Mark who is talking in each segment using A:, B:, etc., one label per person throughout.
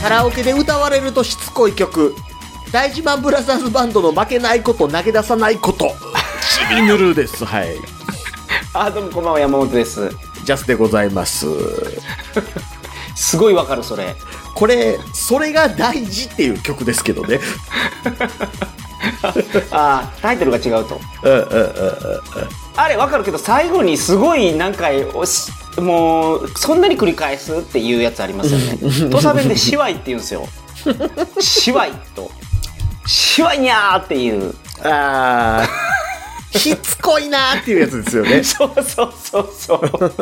A: カラオケで歌われるとしつこい曲大自慢ブラザーズバンドの負けないこと投げ出さないことちびぬるですはい
B: あ、どうもこんばんは、山本です。
A: ジャスでございます
B: すごいわかる、それ。
A: これそれが大事っていう曲ですけどね
B: あタイトルが違うと。
A: うんうんうん
B: あれ、わかるけど、最後にすごい何回、おし、もう、そんなに繰り返すっていうやつありますよね。土佐弁でシワイって言うんですよ。シワイと。シワイにゃーっていう。
A: あーしつこいなーっていうやつですよね
B: そうそうそうそう。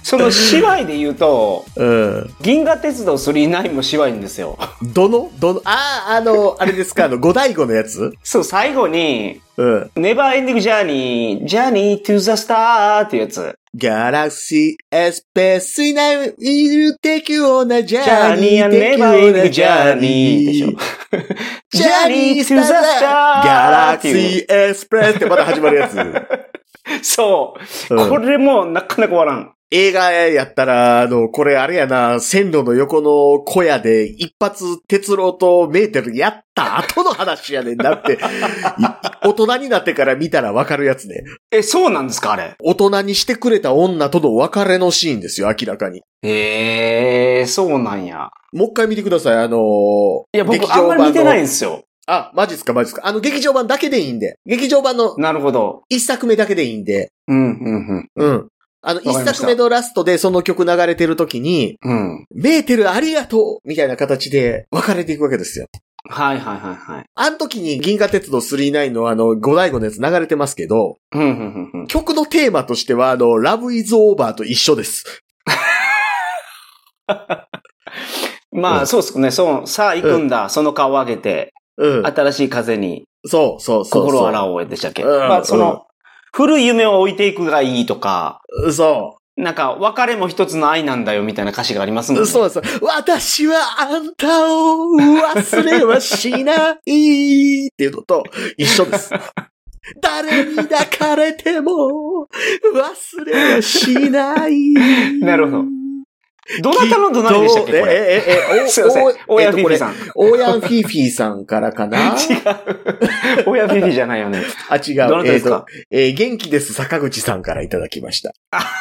B: そのシワイで言うと、
A: うん
B: 銀河鉄道999もシワイんですよ。
A: どのどのあああのあれですかあの五醍醐のやつ
B: そう、最後に、
A: うん
B: ネバーエンディングジャーニー、ジャーニートゥザスターっていうやつ。
A: ギャラクシーエスペースイナイルテキュオナジャ
B: ジャー
A: ー
B: ニ
A: ニ
B: ー
A: ー
B: and
A: テキ
B: never
A: ュオ
B: ending
A: ナジ
B: ジ
A: ャ
B: ャ
A: ー
B: ーニー
A: ニ
B: でしょ
A: ー。Journey to the star ギャラクシーエスプレスってまた始まるやつ。
B: そう。
A: うん
B: これもなかなか終わらん。
A: 映画やったら、あの、これあれやな、線路の横の小屋で一発鉄郎とメーテルやった後の話やねんなって、い大人になってから見たらわかるやつね。
B: え、そうなんですかあれ。
A: 大人にしてくれた女との別れのシーンですよ、明らかに。
B: えー、そうなんや。
A: もう一回見てください、あの
B: いや、
A: 劇
B: 僕あん
A: 場
B: ま
A: 版
B: り
A: の
B: 見てないんですよ。
A: あ、マジっすか、マジっすか。あの、劇場版だけでいいんで。劇場版の
B: なるほど。
A: 一作目だけでいいんで。
B: うん、うん、
A: うん。あの、
B: かり
A: 一
B: ました
A: 作目のラストでその曲流れてる時に、
B: うん。うん。
A: メーテルありがとうみたいな形で別れていくわけですよ。
B: はい、はい、はい、はい。
A: あの時に銀河鉄道999のあの、五醍醐のやつ流れてますけど、
B: うん、うん、うん。
A: 曲のテーマとしてはあの、ラブイズオーバーと一緒です。
B: うんま
A: う
B: あ、
A: ん
B: そうっすね。そう、さあ行くんだ。その顔を上げて、
A: うん。
B: 新しい風に
A: そうそうそうそう。
B: 心を洗おうでしたっけ。
A: うん
B: まあ、そ
A: うん
B: の、古い夢を置いていくがいいとか、
A: そ
B: なんか、別れも一つの愛なんだよみたいな歌詞がありますもん
A: う。
B: ね。
A: そうそう。私はあんたを忘れはしないっていうのと一緒 です。誰に抱かれても忘れはしない。
B: なるほどどなたのどなたでしたっけこれ。
A: え、え、え、お、
B: すいません。
A: お、
B: 親フィフィさ
A: ん。
B: ん。違
A: オーヤンフィフィさんからか な
B: う。親フィフィじゃないよね。
A: あ、違う。
B: どなたです
A: えー
B: か
A: とえー元気です、坂口さんからいただきました。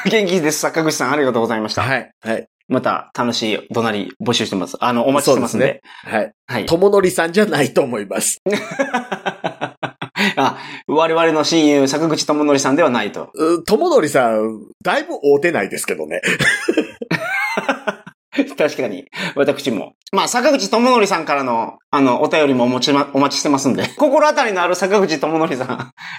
B: 元気です。坂口さん、ありがとうございました。
A: はい。はい。
B: また、楽しい怒鳴り募集してます。あの、お待ちしてますんで。
A: そうではい。
B: はい。
A: とものりさんじゃないと思います。
B: あ、我々の親友、坂口智則さんではないと。
A: うとものりさん、だいぶ合うてないですけどね。
B: 確かに。私も。まあ、坂口智則さんからの、あの、お便りもお待ち、お待ちしてますんで。心当たりのある坂口智則さ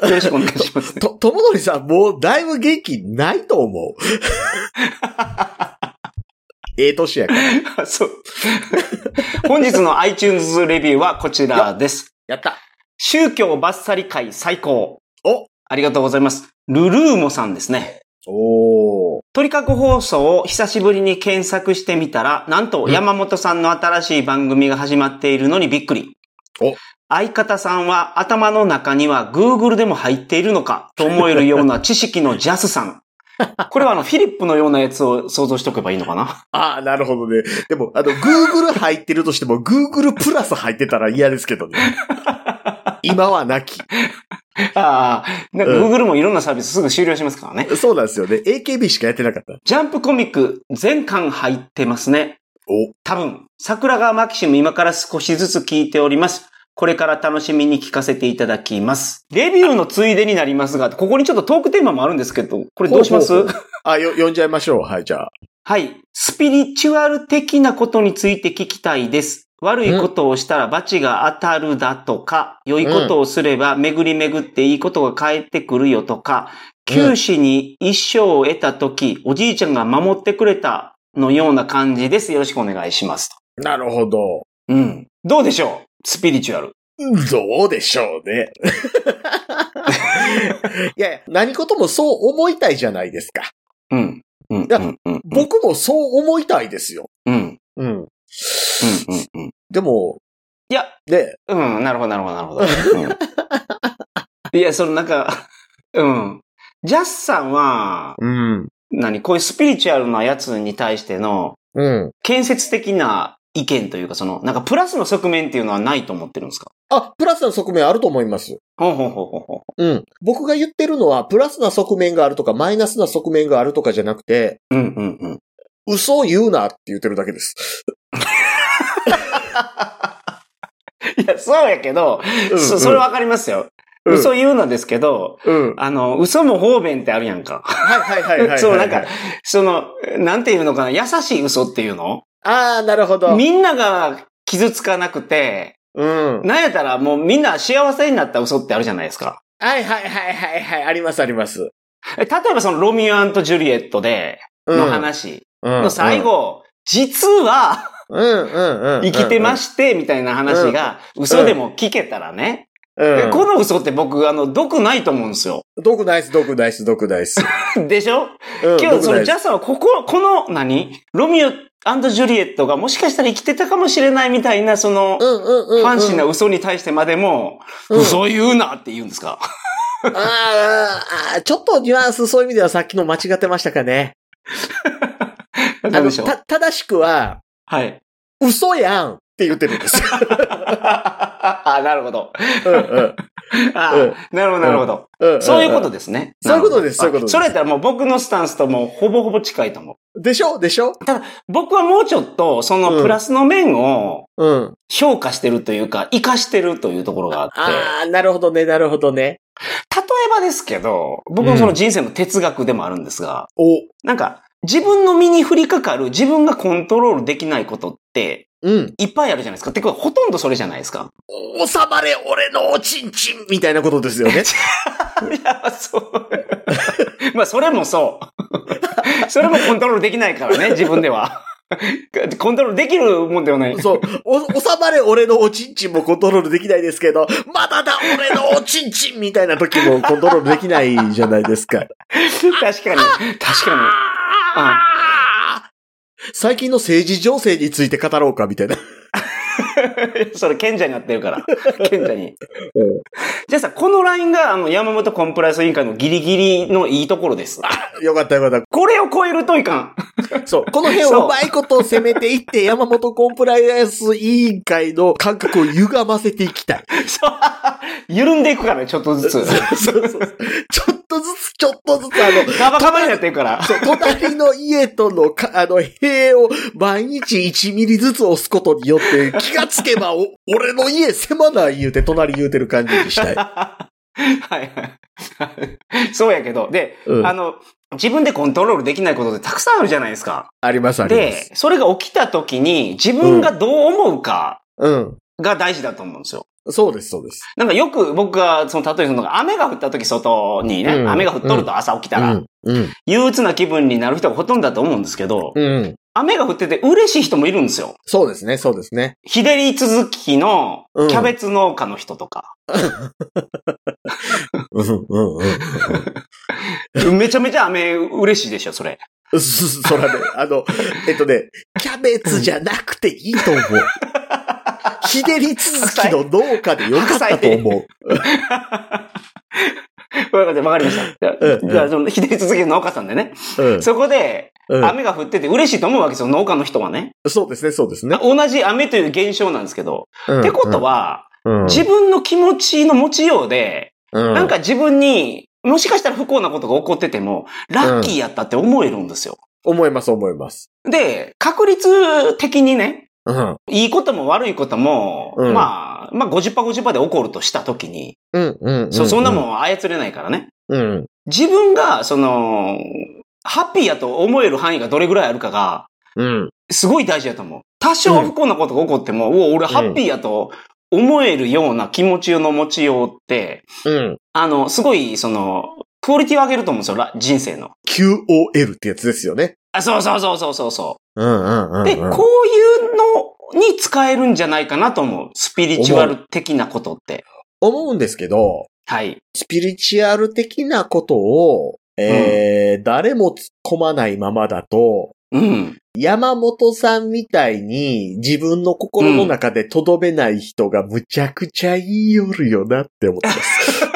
B: ん、よろしくお願いします。
A: と、とものりさん、もうだいぶ元気ないと思 う。ええ年やから。
B: あそう。 本日の iTunes レビューはこちらです。
A: やった。
B: 宗教バッサリ会最高。
A: お
B: ありがとうございます。ルルーモさんですね。
A: おー。
B: 鳥かご放送を久しぶりに検索してみたら、なんと
A: うん
B: 山本さんの新しい番組が始まっているのにびっくり。
A: お
B: 相方さんは頭の中には Google でも入っているのかと思えるような知識のジャスさ ん。これはあの、フィリップのようなやつを想像しておけばいいのかな
A: ああ、なるほどね。でも、あの、Google 入ってるとしても、Google プラス入ってたら嫌ですけど ね。今はなき。
B: ああ、なんか
A: うん
B: Google もいろんなサービスすぐ終了しますからね。
A: そうなんですよね。AKB しかやってなかった。
B: ジャンプコミック全巻入ってますね。
A: お。
B: 多分、桜川マキシム今から少しずつ聞いております。これから楽しみに聞かせていただきます。レビューのついでになりますが、ここにちょっとトークテーマもあるんですけど、これどうします
A: ほうほうあ、よ、呼んじゃいましょう。はい、じゃあ。
B: はい。スピリチュアル的なことについて聞きたいです。悪いことをしたら罰が当たるだとか、良いことをすれば巡り巡っていいことが返ってくるよとか、
A: うん
B: 九死に一生を得た時、おじいちゃんが守ってくれたのような感じです。よろしくお願いします。
A: なるほど。
B: とうん。どうでしょうスピリチュアル。
A: どうでしょう ね。いやいや、何事もそう思いたいじゃないですか。
B: うん。うん。うん
A: や
B: うん。
A: 僕もそう思いたいですよ。
B: うん。うん。
A: うん。
B: うんうん。
A: でも、
B: いや、
A: ね、
B: うん、なるほど、なるほど、なるほど。うん、いや、そのなんか、うん。ジャスさんは、
A: うん。
B: 何こういうスピリチュアルなやつに対しての、
A: うん。
B: 建設的な意見というか、その、なんかプラスの側面っていうのはないと思ってるんですか
A: あ、プラスな側面あると思います。
B: ほうほうほうほうほ
A: うん。僕が言ってるのは、プラスな側面があるとか、マイナスな側面があるとかじゃなくて、
B: う。うんうんうん。
A: 嘘を言うなって言ってるだけです。
B: いや、そうやけど、そそれわかりますよ。
A: うん
B: 嘘言うのですけど、
A: うん。
B: あの、嘘も方便ってあるやんか。
A: はいはいはいはいはい。
B: そう、なんか、その、なんていうのかな、優しい嘘っていうの
A: ああ、なるほど。
B: みんなが傷つかなくて、
A: うん。
B: なんやったらもうみんな幸せになった嘘ってあるじゃないですか。
A: はいはいはいはいはい。ありますあります。
B: え例えばそのロミオとジュリエットで、
A: うん
B: の話
A: の
B: の最。後、実は
A: うんうんうんうん。
B: 生きてま
A: し
B: して、みたいな話が嘘でも聞けたらね。
A: た
B: この嘘って僕、あの、毒ないと思うん ですよ。
A: 毒ナイス、毒ナイス、毒ナイス。
B: でしょ
A: うん
B: 今日、その
A: 毒
B: ジ
A: ナイ
B: ャスはここ、この、何ロミオジュリエットがもしかしたら生きてたかもしれないみたいな、その
A: ス、うんうんうんう
B: フ
A: ん。
B: ァンシーな嘘に対してまでも、
A: うん
B: 嘘言うなって言うんですか
A: あーあー、ちょっとニュアンス、そういう意味ではさっきの間違ってましたかね。
B: どうでしょう
A: た、正しくは、
B: はい。
A: 嘘やんって言ってるん ですよ。
B: あ、なるほど。
A: うんうん
B: あなるほど、なるほど。
A: うんうん
B: そういうことですね。
A: そういうことです
B: なる
A: そういうこ
B: ほ
A: と
B: ど
A: です
B: それやったらもう僕のスタンスともうほぼほぼ近いと思う。
A: でしょでしょ
B: 僕はもうちょっと、そのプラスの面を
A: うん。
B: 評価してるというか、活かしてるというところがあって、
A: ああ、なるほどね、なるほどね。
B: 例えばですけど、僕のその人生の哲学でもあるんですが、
A: お。
B: なんか、自分の身に降りかかる自分がコントロールできないことって、
A: うん。
B: いっぱいあるじゃないですか。てか、ほとんどそれじゃないですか。
A: 収まれ、俺のおちんちんみたいなことですよ ね。
B: いや、そう。 まあ、それもそう。 それもコントロールできないからね、自分では。 コントロールできるもんではない。
A: そう。お、収まれ俺のおちんちんもコントロールできないですけど、まだだ俺のおちんちんみたいな時もコントロールできないじゃないですか。
B: 確かに。確か
A: あー最近の政治情勢について語ろうか、みたいな。
B: に。それ、賢者になってるから。賢者に。じゃあさ、このラインが、あの、山本コンプライアンス委員会のギリギリのいいところです。
A: よかったよかっ
B: これを超えるといかん。
A: た。そう。この辺
B: そう
A: をうまいことを攻めていって、山本コンプライアンス委員会の感覚を歪ませていきたい。
B: そう緩んでいくからね、ちょっとず つ。
A: そうそうそうちょっとずつ、ちょっとずつ、あ の、
B: ガバガバになっていくから。
A: そう隣の家とのか、あの、塀を毎日1ミリずつ押すことによって、気がつけばお、俺の家狭ない言うて、隣言うてる感じにしたい。
B: はいはい。 そうやけど。で、
A: うん
B: あの、自分でコントロールできないことってたくさんあるじゃないですか。
A: あります、あります。
B: で、それが起きた時に自分がどう思うか
A: うん。
B: が大事だと思うんですよ。
A: そうです、そうです。
B: なんかよく僕が、その、例えばその雨が降った時外にね、
A: うん
B: 雨が降っとると朝起きたら、
A: うん。うん。
B: 憂鬱な気分になる人がほとんどだと思うんですけど、
A: うん。
B: 雨が降ってて嬉しい人もいるんですよ。
A: そうですね、そうですね。
B: 日照り続きのキ
A: うん
B: ャベツ農家の人とか、
A: うん、うん、
B: めちゃめちゃ雨嬉しいでしょ、それ。
A: うん。そ、そらね、あの、えっとね、キャベツじゃなくていいと思う。日照り続きの農家でよかったと思う。
B: わかりましたわかりました。じゃあ
A: うん
B: じゃあ、その、ひでり続ける農家さんでね。
A: うん
B: そこで、
A: うん。
B: 雨が降ってて嬉しいと思うわけですよ、農家の人はね。
A: そうですね、そうですね。
B: 同じ雨という現象なんですけど。
A: っ
B: ってこと、は、
A: うん
B: 自分の気持ちの持ちようで、
A: な
B: なん、か自分に、もしかしたら不幸なことが起こってても、ラッキーやったって思えるんですよ。
A: 思います、思います。
B: で、確率的にね、
A: うん。
B: いいことも悪いことも、
A: うん
B: まあ、まあ50%、50%で起こるとしたときに、
A: うん、うん。
B: そ、そんなも
A: ん。
B: ん操れないからね。
A: うん。
B: 自分が、その、ハッピーやと思える範囲がどれぐらいあるかが、
A: うん。
B: すごい大事だと思う。多少不幸なことが起こっても、うお俺ハッピーやと思えるような気持ちの持ちようって、
A: うん。
B: あの、すごい、その、クオリティを上げると思うんですよ、ら人生の。
A: QOL ってやつですよね。
B: あ、そうそうそうそうそうそ
A: うん、うん、うん。
B: う。で、こういうのに使えるんじゃないかなと思う。スピリチュアル的なことって。
A: 思うんですけど、
B: はい。
A: スピリチュアル的なことを、えー、誰も突っ込まないままだと、
B: うん。
A: 山本さんみたいに自分の心の中でとどめない人がむちゃくちゃいい夜よなって思ってます。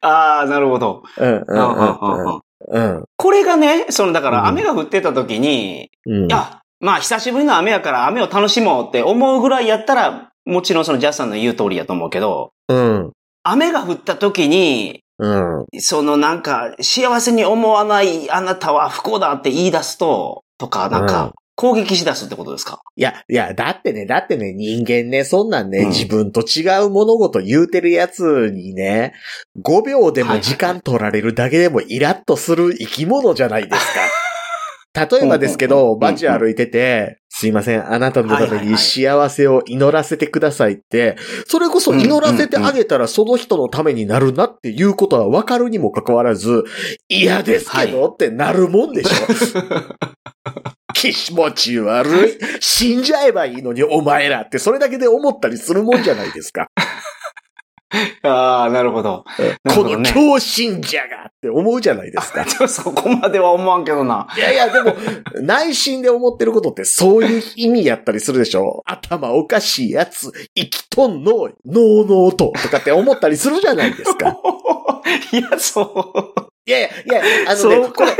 B: ああ、なるほど。
A: うんうん
B: うんうんうんうん
A: うん。
B: これがね、その、だか
A: うん
B: ら雨が降ってた時に、
A: うん
B: い。や、まあ久しぶりの雨やから雨を楽しもうって思うぐらいやったら、もちろんそのジャスさんの言う通りやと思うけど、
A: うん。
B: 雨が降った時に、
A: うん。
B: そのなんか、幸せに思わないあなたは不幸だって言い出すと、とか、なん
A: うん
B: か、攻撃し出すってことですか、
A: いや、いや、だってね、だってね、人間ね、そんなんね、
B: うん
A: 自分と違う物事言うてるやつにね、5秒でも時間取られるだけでもイラッとする生き物じゃないです か。例えばですけ
B: うんうん
A: ど、
B: うん
A: 街歩いてて、すいません、あなたのた
B: はい
A: め
B: はいは
A: に
B: い
A: 幸せを祈らせてくださいって、それこそ祈らせてあげたらその人のためになるなっていうことはわかるにもかかわらず、嫌ですけどってなるもんでしょ。 気持ち悪い。死んじゃえばいいのに、お前らって、それだけで思ったりするもんじゃないですか。
B: ああ、なるほど。なる
A: こ
B: ほど
A: の
B: ね
A: 強信者がって思うじゃないですか。
B: ちょそこまでは思わんけ どな。
A: いやいや、でも、内心で思ってることってそういう意味やったりするでしょ頭おかしいやつ、生きとんの、脳の音とかって思ったりするじゃないですか。
B: いや、そう。
A: いやいや、いや、あの
B: そ
A: ね、
B: う
A: これ、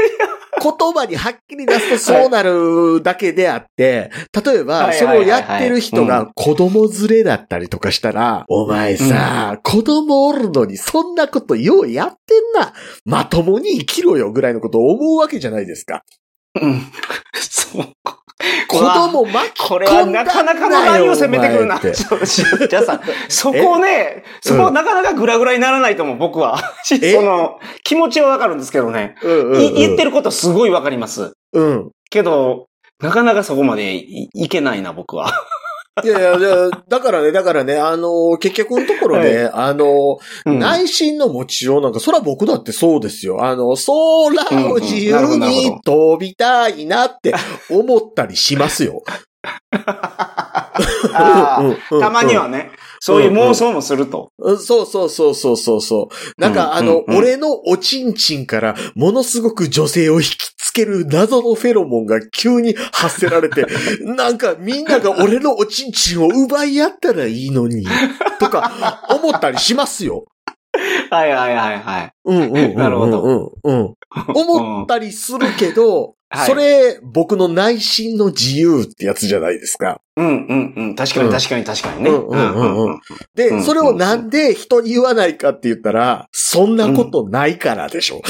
A: 言葉にはっきり出すとそうなるだけであって、例えば、
B: はい
A: そ
B: はいは
A: れ
B: い
A: を
B: はい
A: やってる人が子供連れだったりとかしたら、お前さ、子供おるのにそんなことようやってんな。まともに生きろよぐらいのことを思うわけじゃないですか。
B: うん。そう。
A: 子供巻き
B: こ
A: 込んだ
B: れはなかなかの内容を攻めてくるな。
A: お前って
B: そうしじゃあさ、そこをね、そこはなかなかグラグラにならないと思う、僕は。し
A: え
B: その、気持ちはわかるんですけどね。
A: うんうんう
B: い
A: ん
B: 言ってることすごいわかります。
A: うん。
B: けど、なかなかそこまでいいけないな、僕は。
A: いやいやいや、だからね、だからね、あの、結局のところね、あの、
B: うん
A: 内心の持ちようなんか、そら僕だってそうですよ。あの、空を自
B: うんうんなるほ
A: 由
B: どなるほ
A: に飛びたいなって思ったりしますよ。
B: あー
A: うんうんうん
B: たまにはね、そういう妄想もすると。
A: うんそうそうそうそうそうそう。なんか、あ
B: うん
A: の、
B: うんうん
A: 俺のおちんちんから、ものすごく女性を引きつける謎のフェロモンが急に発せら れて、なんかみんなが俺のおちんちんを奪い合ったらいいのに、とか思ったりしますよ。
B: はいはいはいはい。
A: うんうんうんうんうん
B: なるほど。
A: うん。思ったりするけど、
B: はい
A: それ、僕の内心の自由ってやつじゃないですか。
B: うんうんうん。確か
A: うん
B: に確かに確かにね。
A: うんうんうんうん
B: ん
A: で、
B: うんうん
A: それをなんで人に言わないかって言ったら、そんなことないからでしょ。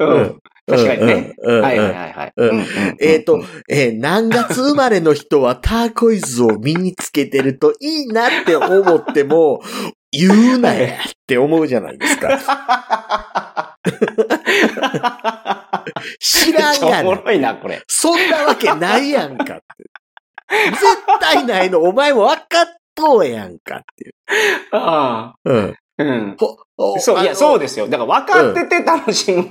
B: うん確かにね。
A: うん。うん
B: はいはいはいはい。
A: うん
B: うんうんうん
A: えっ、 と、えー何月生まれの人はターコイズを身につけてるといいなって思って も、言うなやって思うじゃないですか。 知らん
B: めっ
A: が
B: ちゃお
A: な
B: も。ろいな、これ。
A: そんなわけないやんかって。絶対ないの、お前も分かっとうやんかっていう。
B: あ
A: うん。
B: あ。うん。
A: ほほ
B: そう、い
A: あ
B: や、
A: の
B: そうですよ。だから分かってて楽しむ、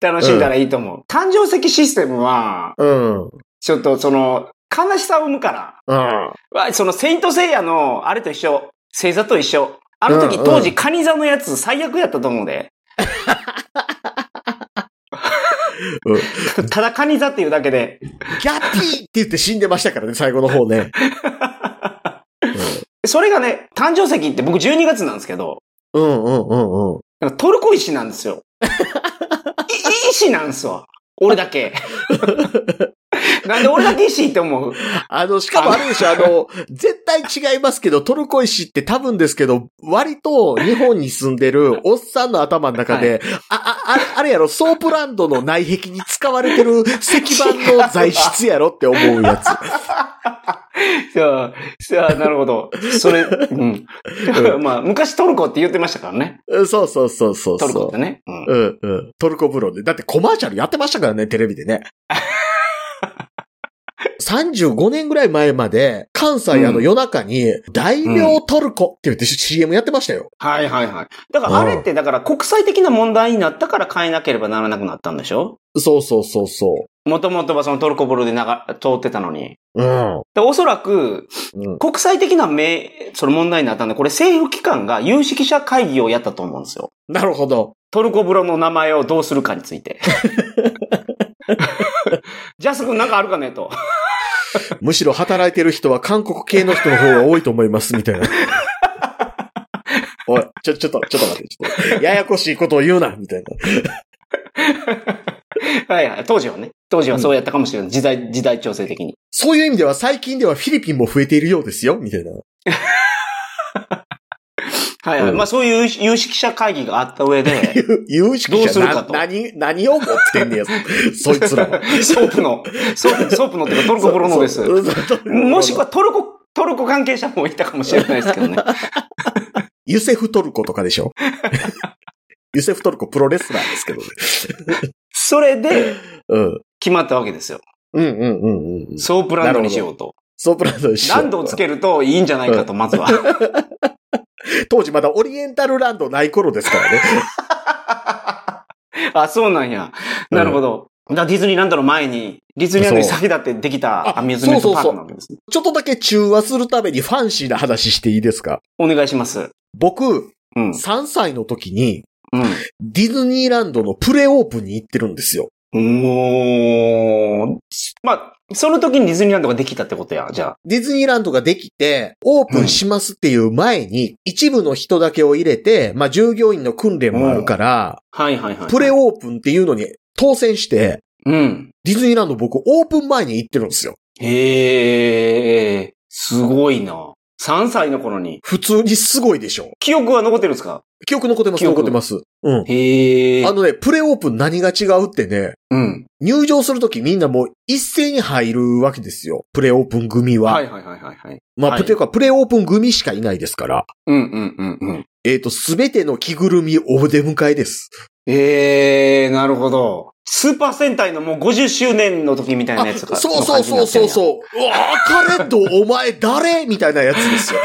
B: 楽しんだらいいと思う。感情石システムは、
A: うん。うん。
B: ちょっとその、悲しさを生むからわ、その、セイントセイヤの、あれと一緒、星座と一緒。あの時、
A: うんうん
B: 当時、カニ座のやつ最悪やったと思うで。
A: うん
B: ただカニ座っていうだけで。
A: ギャピーって言って死んでましたからね、最後の方ね。
B: それがね、誕生石って僕12月なんですけど、
A: うんうんうんうん。
B: なんかトルコ石なんですよ。いい石なんですわ。俺だけ。なんで俺だけ石って思う
A: あの、しかもあれでしょ、あの、絶対違いますけど、トルコ石って多分ですけど、割と日本に住んでるおっさんの頭の中で、あ、あ、あれあれやろ、ソープランドの内壁に使われてる石板の材質やろって思うや つ。
B: さあ、さあ、なるほど。それ、うん。まあ、昔トルコって言ってましたからね。
A: うんそうそうそうそうそ
B: ト
A: う。
B: ルコってね。うん
A: うんうん。トルコ風呂で。だってコマーシャルやってましたからね、テレビで ね。35年ぐらい前まで、関西あの
B: うん
A: 夜中に、大名トルコって言って CM やってましたよ。
B: はいはいはい。だからあれって、だから国際的な問題になったから変えなければならなくなったんでしょ
A: そうそうそうそ
B: もともとはそのトルコブルで流通ってたのに。
A: う。うん。
B: でおそらく、
A: うん
B: 国際的な名、その問題になったんで、これ政府機関が有識者会議をやったと思うんですよ。
A: なるほど。
B: トルコ風呂の名前をどうするかにつ いて。ジャス君なんかあるかねと。
A: むしろ 働いてる人は韓国系の人の方が多いと思います、みたいな。おい、ちょ、ちょっと、ちょっと待って、ちょっと。ややこしいことを言うな、みたいな。
B: はいはい。当時はね。当時はそうやったかもしれない。時代、時代調整的に。
A: そういう意味では最近ではフィリピンも増えているようですよ、みたいな。
B: はいはい。
A: うん
B: まあそういう有識者会議があった上で、
A: 有識
B: どうす
A: 者な
B: るかと
A: 何、何を持って んねや、 そそいつらは。
B: ソープの、ソープ、ソープのっていうかトルコブロノです。
A: そうそうそう
B: もしくはトルコ、トルコ関係者もいたかもしれないですけどね。
A: ユセフトルコとかでしょ ユセフトルコプロレスラーですけどね。
B: それで
A: うん。
B: 決まったわけですよ。
A: うんうんうんうんうん。
B: ソープランドにしようと。
A: ソープランドにしよう
B: ランドをつけるといいんじゃないかと、まずは。
A: 当時まだオリエンタルランドない頃ですからね。
B: あ、そうなんや。なるほど。だからディズニーランドの前に、ディズニーランドに先だってできた
A: あ
B: アミューズメントパークなわけですね。
A: ちょっとだけ中和するためにファンシーな話していいですか
B: お願いします。
A: 僕、
B: うん。
A: 3歳の時に、
B: うん。
A: ディズニーランドのプレオープンに行ってるんですよ。
B: おー。まあ、その時にディズニーランドができたってことや、じゃあ。
A: ディズニーランドができて、オープンしますっていう前に、一部の人だけを入れて、まあ、従業員の訓練もあるから、
B: はいはいはい。
A: プレオープンっていうのに当選して、
B: うん。
A: ディズニーランド僕オープン前に行ってるんですよ。
B: へえ、すごいな。3歳の頃に。
A: 普通にすごいでしょ。
B: 記憶は残ってるんですか
A: 記憶残ってます、
B: 記憶
A: 残ってます。うん。
B: へえ。
A: あのね、プレオープン何が違うってね、
B: うん。
A: 入場するときみんなもう一斉に入るわけですよ。プレオープン組は。
B: はいはいはいはいはい。
A: まあ、
B: はい
A: ていうか、プレオープン組しかいないですから。
B: うんうんうんうん。
A: えっ、と、すべての着ぐるみお出迎えです。
B: ええ、なるほど。スーパー戦隊のもう50周年の時みたいなやつか。
A: そうそうそうそう
B: う。
A: そう。うわー、カレット、お前誰みたいなやつですよ。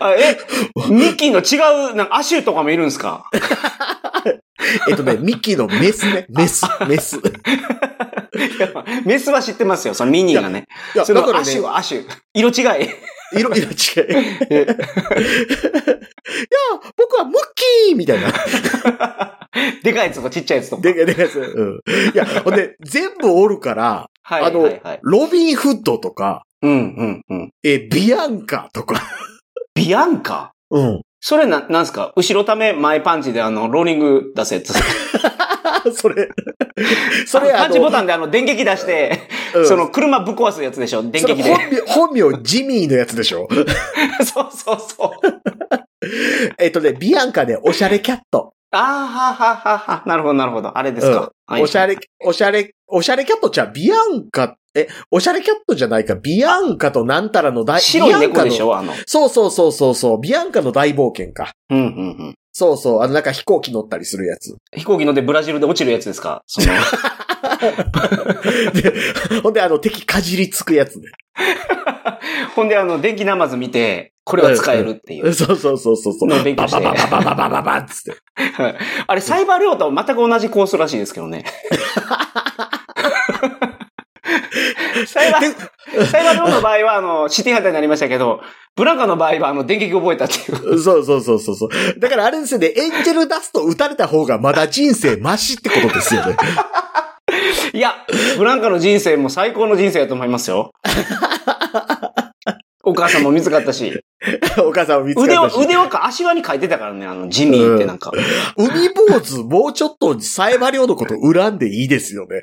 B: あえ、ミッキーの違う、なんかアシューとかもいるんですか
A: えっとね、ミッキーのメスね。メス、メス。い
B: いやメスは知ってますよ、そのミニーがね。
A: や、
B: そ
A: だか
B: の
A: ら
B: アシ
A: ね
B: ュ、はアシュ。色違い。
A: 色、色違い。いや、
B: え
A: 僕はムッキーみたいな。
B: でかいやつとかちっちゃいやつとか。
A: でかいでかいやつ。うん。いや、ほんで、全部おるから、
B: はい
A: あの
B: はいはい。
A: ロビンフッドとか、
B: うんうんうん。
A: え、ビアンカとか。
B: ビアンカ
A: うん。
B: それな、なんすか後ろため前パンチであの、ローリング出せやつ。
A: それ、 それあ
B: あのパンチボタ
A: の、
B: ンであの、電撃出して、
A: うん
B: その、車ぶっ壊すやつでしょ電
A: それ
B: 撃で。
A: 本名、本名ジミーのやつでしょ
B: そうそうそう。
A: えっとね、ビアンカでおしゃれキャット。
B: あーはははは。なるほど、なるほど。あれですか。はい
A: おしゃれ、おしゃれ、おしゃれキャットじゃうビアンカ、え、おしゃれキャットじゃないか、ビアンカとなんたらの大、
B: 白い
A: ビアン
B: 猫
A: カ
B: で
A: の
B: しょあの。
A: そうそうそうそうそう、ビアンカの大冒険か。
B: うんうんうん。
A: そうそう、あのなんか飛行機乗ったりするやつ。
B: 飛行機乗ってブラジルで落ちるやつですかそ の
A: で、ほんであの敵かじりつくやつね。
B: ほんであの、電気ナマズ見て、これは使えるっていう。
A: そうそうそうそうそう。
B: のを勉強して
A: ババババババババッつって。
B: あれ、サイバー量と全く同じコースらしいですけど ね。サイバー、サイバー量の場合は、あの、シティハンターになりましたけど、ブランカの場合は、あの、電撃覚えたっていう。
A: そうそうそうそうそう。だからあれですよね、エンジェルダスト打たれた方がまだ人生マシってことですよね。
B: いや、ブランカの人生も最高の人生だと思いま すよ。お母さんも見つかったし。
A: お母さんを見つかっ
B: 腕を
A: たし、
B: 腕をか足輪に書いてたからね、あの、ジミーってなんか。
A: 海坊主、もうちょっとサイバリオのこと恨んでいいですよね。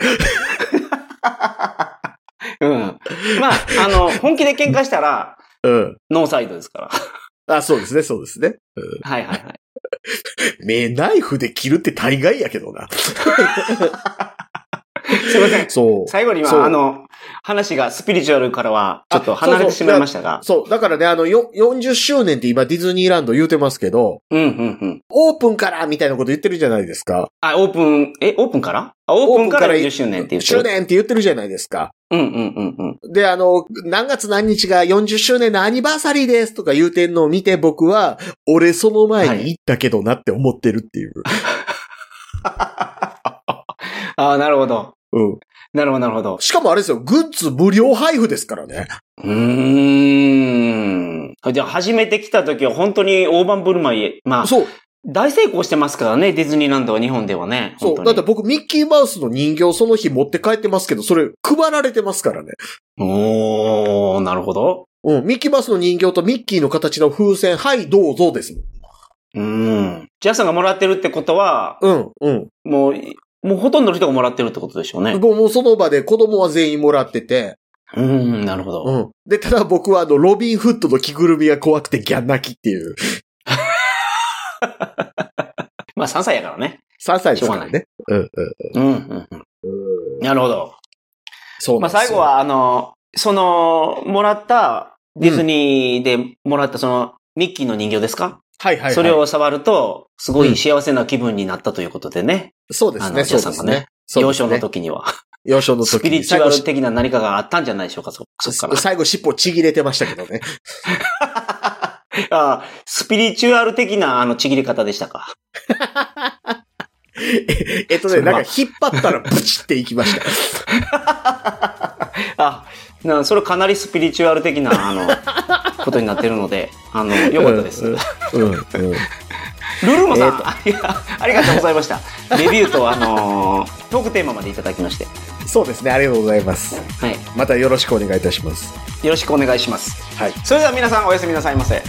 B: うん。まあ、あの、本気で喧嘩したら、
A: うん。
B: ノーサイドですから。
A: あ、そうですね、そうですね。
B: はいはいはい。
A: 目ナイフで切るって大概やけどな。
B: すいませ ん。
A: そう。
B: 最後に
A: そう
B: は、あの、話がスピリチュアルからは、ちょっと
A: あそうそう
B: 離れてしまいましたが。
A: そう。だからね、あの、よ40周年って今ディズニーランド言うてますけど、
B: うん、うん、うん。
A: オープンからみたいなこと言ってるじゃないですか。
B: あ、オープン、え、オープンからあ、オープンから40周年っていう。
A: 周年って言ってるじゃないですか。
B: うん、うん、うん、うん。
A: で、あの、何月何日が40周年のアニバーサリーですとか言うてんのを見て僕は、俺その前に行ったけどなって思ってるっていう。
B: ああ、なるほど。
A: うん。
B: なるほど、なるほど。
A: しかもあれですよ、グッズ無料配布ですからね。
B: うーん。じゃあ、初めて来た時は本当に大盤振る舞い、まあ、
A: そう、
B: 大成功してますからね、ディズニーランドは日本ではね。
A: そ
B: 本
A: う。
B: 当
A: だっ
B: に
A: て僕ミッキーマウスの人形その日持って帰ってますけど、それ配られてますからね。
B: おー、なるほど。
A: うん、ミッキーマウスの人形とミッキーの形の風船、はい、どうぞですもん。
B: うん。ジャスさんがもらってるってことは、
A: うん、うん。
B: もう、もうほとんどの人がもらってるってことでしょうね。
A: もうもうその場で子供は全員もらってて、
B: うん、なるほ
A: う
B: ど。
A: ん。で、ただ僕はあの、ロビンフットの着ぐるみが怖くてギャン泣きっていう、
B: まあ3歳やからね。
A: 3歳ですからね。うん、うん。
B: うん、うん、うん。なるほど。
A: そう
B: ま
A: な
B: あ
A: んですよ
B: 最後、は、あの、その、もらった、ディズニーでもらったその、ミッキーの人形ですか
A: はいはい、はい。
B: それを触ると、すごい幸せな気分になったということでね。
A: そうです
B: あ
A: ね、
B: の
A: そうです
B: 皆さんがね
A: ね。そう
B: 幼
A: です
B: 少の
A: ね
B: 時には。
A: 幼少の時
B: ス
A: に。
B: ピリチュアル的な何かがあったんじゃないでしょうか、そ、そっから。
A: 最後尻尾ちぎれてましたけどね。
B: ああスピリチュアル的なあのちぎり方でしたか。
A: えっとね、
B: それ
A: なん
B: は
A: か引っ張ったらブチっていきました。
B: あ、なそれかなりスピリチュアル的なあ のことになってるので、あの良かったです。
A: うん
B: ル
A: うん、うん。
B: ルモさん、ありがありがとうございました。レビューとあのートークテーマまでいただきまして、
A: そうですね、ありがとうございます。
B: はい、
A: またよろしくお願いいたします。
B: よろしくお願いします。
A: はい。
B: それでは皆さんおやすみなさいませ。